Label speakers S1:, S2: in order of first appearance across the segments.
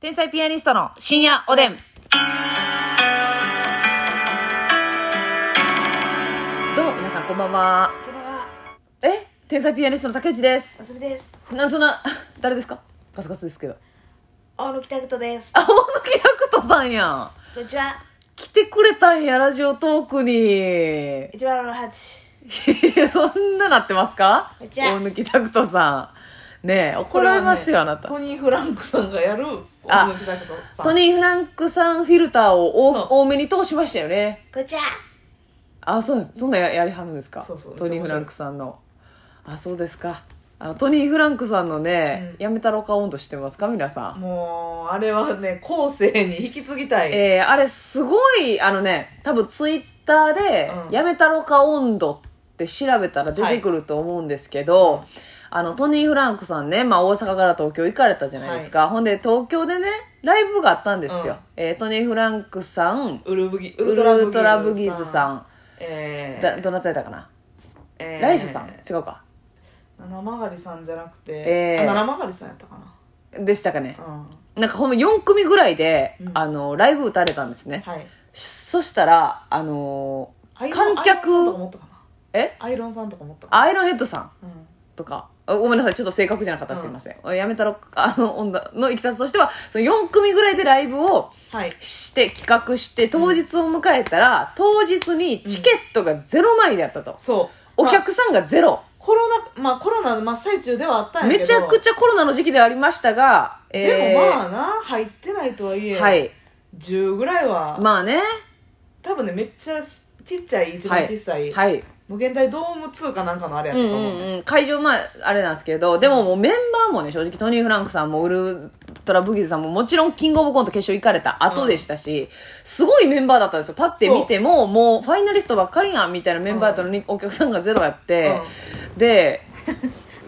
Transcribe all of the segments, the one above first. S1: 天才ピアニストの深夜おでん。どうも皆さんこんばんは。
S2: こんばんは、
S1: え天才ピアニストの竹内です。
S2: マスミです。
S1: な、そんな、 誰ですかガスガスですけど。
S2: 大野北人です。
S1: あ、大貫拓人さんやん。
S2: こんにちは、
S1: 来てくれたんや、ラジオトークに。
S2: 一番の八。
S1: いやそんななってますか
S2: こんにちは
S1: 大貫拓人さん。ねえ、怒られますよ、あなた。
S2: トニー・フランクさんがやる、
S1: あ
S2: 大野北人さん。
S1: トニー・フランクさんフィルターを
S2: そう
S1: 多多めに通しましたよね。
S2: こんにちは。
S1: あ、そうです。そんなんややりはるんですか
S2: そうそう
S1: トニー・フランクさんの。あ、そうですか。あの、トニー・フランクさんのね、
S2: うん
S1: やめたろうか温度してますか皆さん。
S2: もう、あれはね、後世に引き継ぎたい。
S1: えーあれすごい、あのね、多分ツイッターで、
S2: うん
S1: やめたろうか温度って調べたら出てくると思うんですけど、あの、トニー・フランクさんね、まあ、大阪から東京行かれたじゃないですか。ほんで、東京でね、ライブがあったんですよ。
S2: うん
S1: えートニー・フランクさん、
S2: ウルブギ、ウ
S1: ウルトラブギーズさ
S2: ん。
S1: ん。
S2: えー、
S1: だどなたやったかな、
S2: えー
S1: ライスさん違うか
S2: 七曲りさんじゃなくて、
S1: えー
S2: あ七曲りさんやったかな。
S1: でしたかね
S2: うん。
S1: なんかほんま4組ぐらいで、
S2: うん
S1: あのライブ打たれたんですね、
S2: はい。
S1: そしたらあの
S2: アイロン
S1: 観客
S2: アイロンさんとか持ったかな。
S1: ーえ
S2: アイロンさんとか持ったか
S1: アイロンヘッドさん
S2: な。うん。
S1: とかあごめんなさいちょっと正確じゃなかったらすいません、やめたろあの女のいきさつとしてはその4組ぐらいでライブを
S2: はい。
S1: して企画して当日を迎えたら、当日にチケットがゼロ枚であったと、
S2: そう。
S1: お
S2: まあ
S1: 客さんがゼロ、
S2: コロナ、まあコロナの真っ最中ではあったんやけど。
S1: めちゃくちゃコロナの時期ではありましたが
S2: でもま
S1: あ
S2: あな、入ってないとはいえ、
S1: はい
S2: 10ぐらいは、
S1: まあね
S2: 多分ねめっちゃちっちゃい一番小さい、
S1: はい
S2: 無限大ドーム2かなんかのあれやっ
S1: う
S2: た
S1: ん
S2: と思う、
S1: うんうん、会場前あれなんですけどでももうメンバーもね正直トニー・フランクさんもウルトラブギーズさんももちろんキングオブコント決勝行かれた後でしたし、すごいメンバーだったんですよパッて見てももうファイナリストばっかりやんみたいなメンバーだったのに、お客さんがゼロやって、 で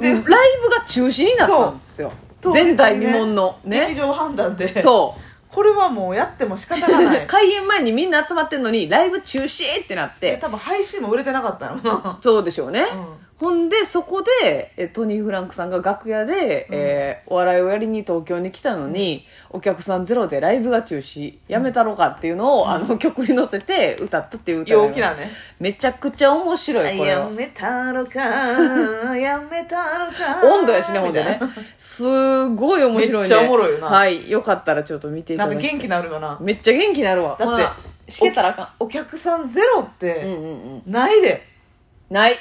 S1: ライブが中止になったんですよ
S2: そう
S1: 前代未聞の
S2: うん劇
S1: ね
S2: 場判断 で
S1: そう
S2: これはもうやっても仕方がな い
S1: 開演前にみんな集まってんのにライブ中止ってなっ
S2: で
S1: て
S2: 多分配信も売れてなかったの な
S1: そうでしょうね、
S2: うん
S1: ほんで、そこで、えトニー・フランクさんが楽屋で、
S2: うん
S1: えーお笑いをやりに東京に来たのに、お客さんゼロでライブが中止、やめたろかっていうのを、あの曲に乗せて歌ったっていう歌
S2: 陽気なね
S1: めちゃくちゃ面白い、これ
S2: や
S1: は。
S2: めたの かやめたのか
S1: 温度やしね、ほんでね
S2: みたい。
S1: すごい面白いね。
S2: めっちゃおもろいよな
S1: はい。よかったらちょっと見てい
S2: な
S1: た
S2: な
S1: だい
S2: んか
S1: て。
S2: 元気なるかな
S1: めっちゃ元気になるわ。
S2: だって
S1: ほなしけたらあか
S2: お客さんゼロっ
S1: ん。うん
S2: て
S1: うんうん。
S2: ないで、
S1: ない。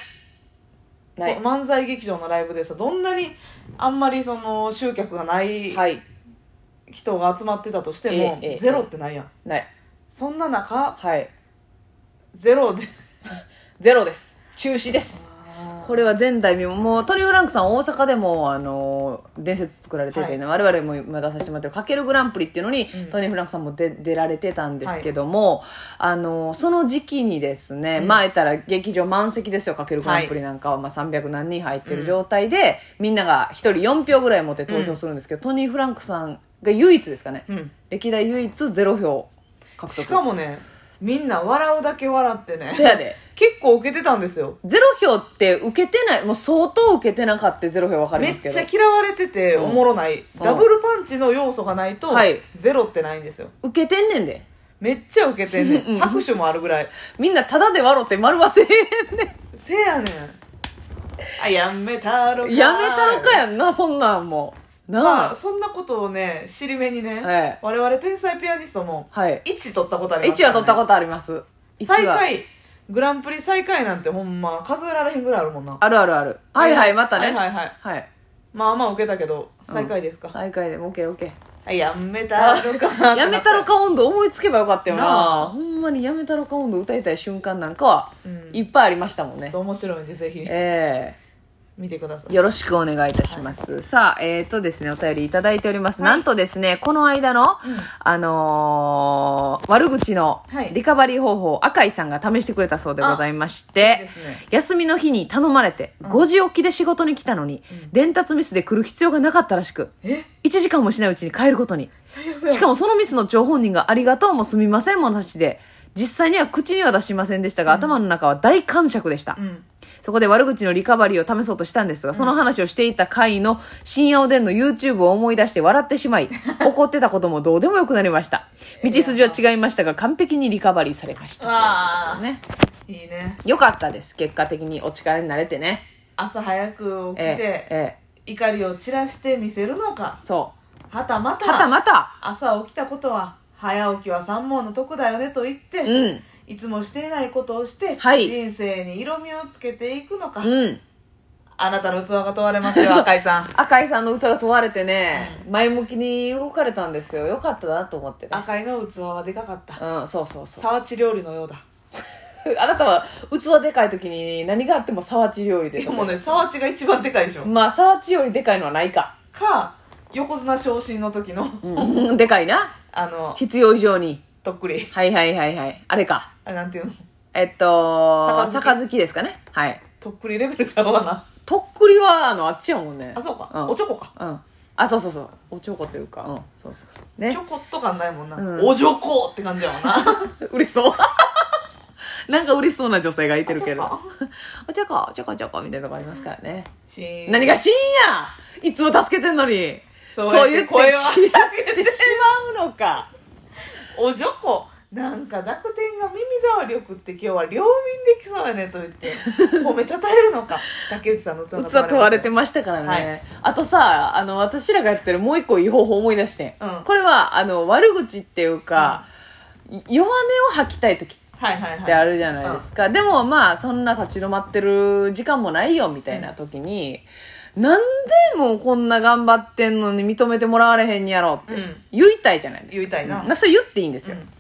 S1: ない。
S2: 漫才劇場のライブでさどんなにあんまりその集客がない
S1: はい。
S2: 人が集まってたとしても、
S1: ええええ
S2: ゼロってないやん
S1: ない。
S2: そんな中
S1: はい。
S2: ゼロで
S1: ゼロです。中止です。これは前代未聞もうトリオランクさん大阪でもあの伝説作られてて、ね我々も今出させてもらってる「かけるグランプリ」っていうのに、
S2: うん
S1: トニー・フランクさんも出出られてたんですけども、あのその時期にですね、
S2: うん
S1: まあ言ったら劇場満席ですよ「かけるグランプリ」なんかは、まあ、300何人入ってる状態で、みんなが1人4票ぐらい持って投票するんですけど、トニー・フランクさんが唯一ですかね、
S2: うん
S1: 歴代唯一ゼロ票獲得
S2: しかもねみんな笑うだけ笑ってね
S1: せやで
S2: 結構受けてたんですよ
S1: ゼロ票って受けてないもう相当受けてなかったゼロ票分かり
S2: め
S1: ま
S2: っ
S1: す
S2: ち
S1: け
S2: ゃ
S1: ど
S2: 嫌われてておもろない、
S1: ん
S2: ダブルパンチの要素がないと、
S1: はい
S2: ゼロってないんですよ
S1: 受けてんねんで
S2: めっちゃ受けてんねん拍手もあるぐらい
S1: みんなタダで笑って丸忘れへんね
S2: せやねんあやめたろか
S1: んやめたのかやんなそんなんもうなあ、
S2: まあそんなことをね尻目にね、
S1: ええ
S2: 我々天才ピアニストも
S1: はい
S2: 1取ったことあります
S1: 1
S2: から
S1: は
S2: ね
S1: 取ったことあります一
S2: 最
S1: は
S2: 下位グランプリ最下位なんてほんま数えられへんぐらいあるもんな
S1: あるあるあるはいはいまたね
S2: はい
S1: はい、
S2: はいはいまあまあ受けたけど最下位ですか、
S1: 最下位でも OKOK
S2: はいやめたろか な
S1: やめたろ、か温度思いつけばよかったよな
S2: なあ
S1: ほんまにやめたろか温度歌いたい瞬間なんかは
S2: うん、
S1: いっぱいありましたもんね、
S2: 面白いんでぜひ
S1: え
S2: 見てくださ
S1: え
S2: い
S1: よろしくお願いいたします。さあ、えっ、とですね、お便りいただいております。なんとですね、この間の、あのー悪口の
S2: はい
S1: リカバリー方法、赤井さんが試してくれたそうでございまして、
S2: ですね
S1: 休みの日に頼まれて、5時起きで仕事に来たのに、伝達ミスで来る必要がなかったらしく、
S2: え
S1: 1時間もしないうちに帰ることに。
S2: 最悪や
S1: しかもそのミスの張本人がありがとうもすみませんもなしで、実際には口には出しませんでしたが、頭の中は大感触でした
S2: う。ん
S1: そこで悪口のリカバリーを試そうとしたんですが、その話をしていた回の深夜おでんの YouTube を思い出して笑ってしまい、怒ってたこともどうでもよくなりました。道筋は違いましたが、完璧にリカバリーされました。
S2: あ
S1: ね。
S2: あいいね
S1: よかったです。結果的にお力になれてね。
S2: 朝早く起き
S1: ええ、
S2: て
S1: え
S2: 怒りを散らして見せるのか
S1: え、そ
S2: はたま
S1: う。はた
S2: た
S1: また、
S2: 朝起きたことは早起きは三文の徳だよねと言って、
S1: うん、
S2: いつもしていないことをして、
S1: はい
S2: 人生に色味をつけていくのか、
S1: うん。
S2: あなたの器が問わ れますよ赤井さん
S1: 赤井さんの器が問われてね、前向きに動かれたんですよ。よかったなと思ってね。
S2: 赤井の器はでかかった
S1: うん、そうそうそう。
S2: 沢地料理のようだ
S1: あなたは器でかい時に何があっても沢地料理で
S2: でもね沢地が一番でかいでしょ、
S1: まあ沢地よりでかいのはないか、
S2: か横綱昇進の 時の
S1: うん、でかいな
S2: あの
S1: 必要以上に
S2: とっくり
S1: はいはいはいはいあれか
S2: あれなんていうの
S1: えっと
S2: 杯
S1: 杯ですかねはい
S2: とっくりレベルちゃうわな
S1: とっくりはあのあっちやもんね
S2: あそうか、
S1: うん、
S2: おちょこか
S1: うんあそうそうそうおちょこというかうんそうそうそう
S2: ち
S1: ね
S2: ょこっと感ないもんな、
S1: うん
S2: おじょこって感じやも んな
S1: 嬉しそうなんか嬉しそうな女性がいてるけれど
S2: おちょこ
S1: おちょ こおちょこおちょこみたいなとこありますからね
S2: し
S1: 何が深夜いつも助けてんのに
S2: そうやって声は
S1: そう言って嫌ってしまうのか
S2: おじょこなんか濁点が耳障りよくって今日は両民できそうやねと言って 褒めたたえるのか竹内さんの器が
S1: 器問われて
S2: ま
S1: ましたからね、
S2: はい
S1: あとさあの私らがやってるもう一個いい方法思い出して、
S2: うん
S1: これはあの悪口っていうか、弱音を吐きたい時っ
S2: すはいはいはい
S1: てあるじゃないですか、でもまあそんな立ち止まってる時間もないよみたいな時に、なんでもうこんな頑張ってんのに認めてもらわれへんやろっ
S2: う
S1: て
S2: ん
S1: 言いたいじゃないですか、
S2: 言いたいな、
S1: まあ、それ言っていいんですよ、
S2: うん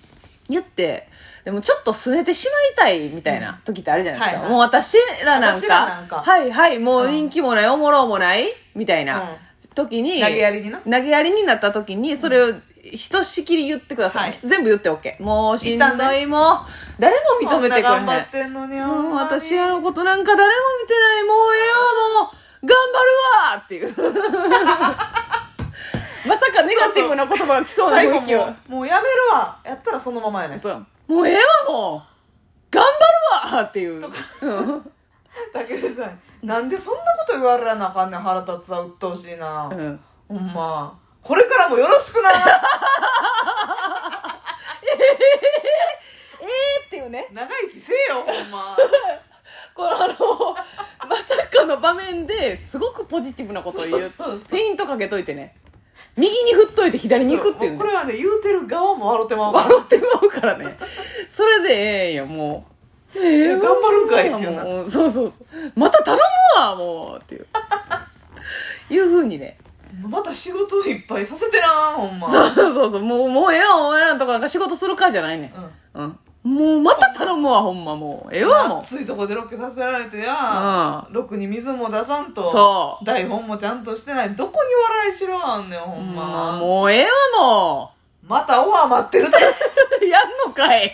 S1: 言ってでもちょっと拗ねてしまいたいみたいな時ってあるじゃないですか、
S2: はいはい
S1: もう私らなん
S2: 私
S1: から
S2: なんか
S1: はいはいもううん人気もない、おもろもないみたいな時に、
S2: 投げやりにな
S1: 投げやりになった時にそれをひとしきり言ってください、
S2: はい
S1: 全部言って OK もうしんど
S2: 一旦
S1: い、もう誰も認めてく
S2: こ
S1: れへ
S2: ん
S1: ん
S2: な頑張ってんのに
S1: そ
S2: ほん
S1: う
S2: まに
S1: 私らのことなんか誰も見てないもうええわもう頑張るわっていう まさかネガティブな言葉が来そうな
S2: 最後
S1: 雰囲気を
S2: もうもうやめるわやったらそのままやね
S1: そう。もうええわ、もう頑張るわっていう。うん
S2: 竹内さんなんでそんなこと言われなあかんねん腹立つわ鬱陶しいな、
S1: うん。いや
S2: ほんまこれからもよろしくな
S1: っていうね。
S2: 長生きせえよほんま
S1: このあの、まさかの場面ですごくポジティブなことを言う。フ
S2: そうそう
S1: ェイントかけといてね。右に振っといて左に行くってい
S2: も
S1: う
S2: こ
S1: ね。
S2: れはね言うてる側も笑ってまうから
S1: 笑ってまうからね。それでええんよ、もう。ええわ
S2: 頑張るんかいっていうな
S1: もうそうそうそう。また頼むわ、もうっていう。いうふうにね。
S2: また仕事いっぱいさせてなほんま
S1: そうそうそう。もう、もうええわ、お前らのとこなんか仕事するかじゃないねん。
S2: うん
S1: うん。もうまた頼むわ、ほんまもう。ええわ、もう。
S2: 暑いとこでロケさせられてや、ろくに水も出さん
S1: うん。
S2: と
S1: そ
S2: 台本もちゃんとしてないどこに笑いしろあんねんほ
S1: う。
S2: ん
S1: まあ
S2: ま、
S1: もうええわ、も
S2: またオファー待ってるでっ
S1: う。 やんのかい。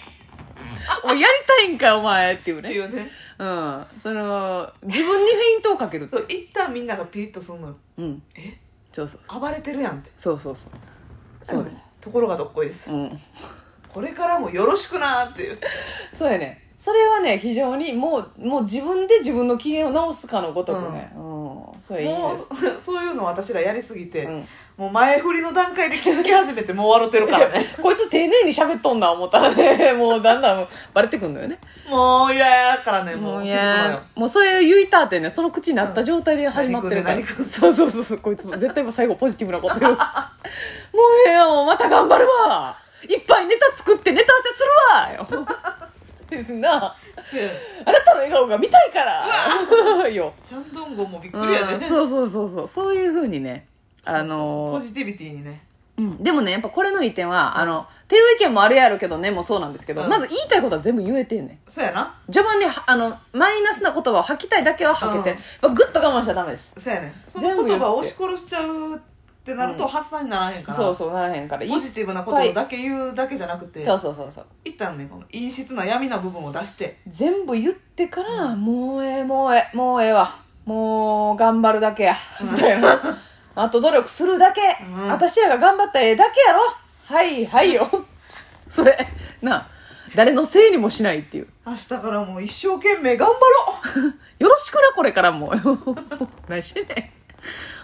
S1: おやりたいんかい、お前っていう
S2: て
S1: ね。
S2: いうね
S1: うん。その、自分にフェイントをかける
S2: そ。う一旦みんながピリッとすんのよ
S1: うん。
S2: え
S1: そうそう。
S2: 暴れてるやんって
S1: そうそうそう。そうです。
S2: ところがどっこいです、
S1: うん。こ
S2: これからもよろしくなーっていう
S1: そうやね。それはね、非常にもう、もう自分で自分の機嫌を直すかのごとくね。うん。それいい
S2: も
S1: です。
S2: うそういうの私らやりすぎて、
S1: うん
S2: もう前振りの段階で気づき始めてもう笑ってるからね
S1: こいつ丁寧に喋っとんな思ったらね、 もうだんだんバレてくんのよね。
S2: もう嫌やからねも
S1: も
S2: う
S1: う
S2: 気
S1: い
S2: づくのよ
S1: やもうそれを言いたってねその口になった状態で始まってるから、
S2: 何食うね何
S1: そ
S2: 食う
S1: うそうそうそうこいつも絶対もう最後ポジティブなこと言う もうええよもうまた頑張るわいっぱいネタ作ってネタ合わせするわよですなあなたの笑顔が見たいからよ、
S2: ちゃんどんごもびっ
S1: う
S2: くりやね、
S1: ん、そうそうそうそうそういうふうにねあのー
S2: ポジティビティにね
S1: うん、でもねやっぱこれのいい点はあのっていう意見もあるやろうけどねもうそうなんですけど、
S2: うん
S1: まず言いたいことは全部言えてんねん
S2: そうやな
S1: 序盤にはあのマイナスな言葉を吐きたいだけは吐けて、グッと我慢しちゃダメです
S2: そうやねそ
S1: 全部
S2: の
S1: 言
S2: 言
S1: って
S2: 葉を押し殺しちゃうってなると発散にならへんから、
S1: そうそうならへんからいい
S2: ポジティブなことだけ言うだけじゃなくて
S1: そうそうそうそう
S2: 一旦ねこの陰湿な闇な部分を出して
S1: 全部言ってから、もうええもうええもうええわもう頑張るだけやみたい なあと努力するだけ、
S2: うん
S1: 私らが頑張ったらええだけやろはいはいよそれなあ誰のせいにもしないっていう。
S2: 明日からもう一生懸命頑張ろう
S1: よろしくな、これから も。何してんね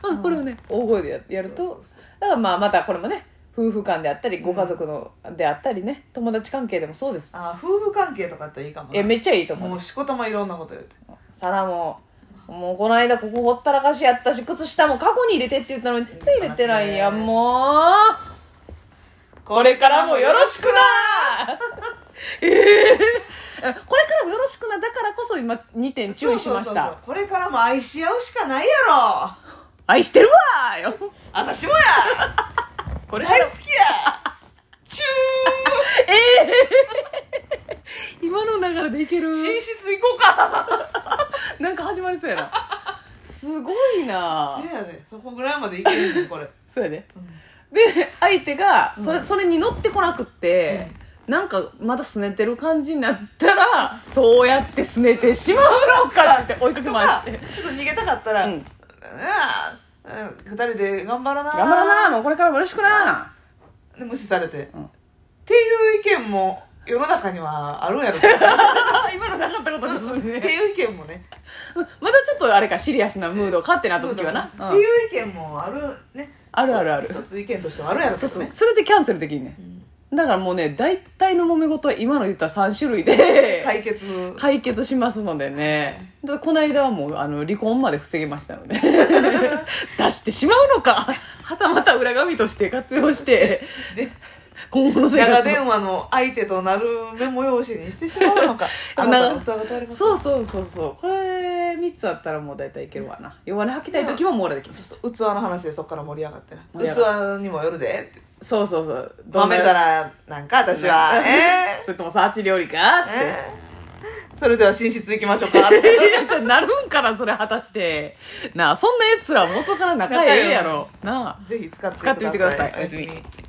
S1: ん。あこれをね、大声でややる
S2: そうそう
S1: と、だからまあ、またこれもね、夫婦間であったり、ご家族の、であったりね、友達関係でもそうです。
S2: あー夫婦関係とかやったらいいかもな
S1: え、めっちゃいいと思う
S2: も。うしこたまいろんなこと言うて
S1: 皿ももうこの間ここほったらかしやったし靴下も過去に入れてって言ったのに全然入れてないやん
S2: いい話ね
S1: もうこれからもよろしくなええこれからもよろしくなだからこそ今2点注意しました
S2: そうそうそうそうこれからも愛し合うしかないやろ
S1: 愛してるわーよ
S2: 私もや
S1: これ
S2: 大好きやチ
S1: ええ 今の流れでいける
S2: ュー寝室行こうか
S1: なんか始まりそうやなすごいな
S2: せやでそこぐらいまで行けるねんこれ
S1: そうやねで相手がそれ,、
S2: うん
S1: それに乗ってこなくって、なんかまだ拗ねてる感じになったらそうやって拗ねてしまうのかなって追いかけ
S2: と
S1: 回
S2: か
S1: し
S2: ちょ
S1: て
S2: っと逃げたかったら、
S1: う
S2: うんん、2人で頑張らな
S1: 頑張らなもうこれからもよろしくな
S2: で無視されて、
S1: うん
S2: っていう意見も世の中にはある んやろけどっ
S1: 今のなかったことです
S2: て
S1: ね
S2: いう意見もね
S1: まだちょっとあれかシリアスなムードかってなった時はな、
S2: って
S1: うん
S2: いう意見もあるね
S1: あるあるある
S2: 一つ意見としてはあるやろけど
S1: そう
S2: ね
S1: そうそれでキャンセルできんね
S2: うん
S1: んだからもうね大体の揉め事は今の言った3種類で
S2: 解決
S1: 解決しますのでね。だからこの間はもう、あの、離婚まで防げましたので。 出してしまうのかはたまた裏紙として活用して、
S2: で
S1: 今後の生
S2: 長
S1: 活を
S2: 電話の相手となるメモ用紙にしてしまうの かあなたの器が取れます
S1: そうそうそうそう。これ、3つあったらもう大体いけるわな。弱音吐きたい時も網羅できます。
S2: そう器の話でそこから盛り上がってな
S1: 盛り上
S2: 器にもよるでって
S1: そうそうそう。
S2: 豆皿なんか私は
S1: うん
S2: え
S1: それともサーチ料理かっ
S2: ー、
S1: て。
S2: えー、それでは寝室行きましょう か
S1: いやじゃあなるんからそれ果たしてなあそんなやつら元から仲ええやろなあ
S2: ぜひ使って
S1: 使ってみてくださいお
S2: お
S1: やす
S2: やす
S1: み
S2: み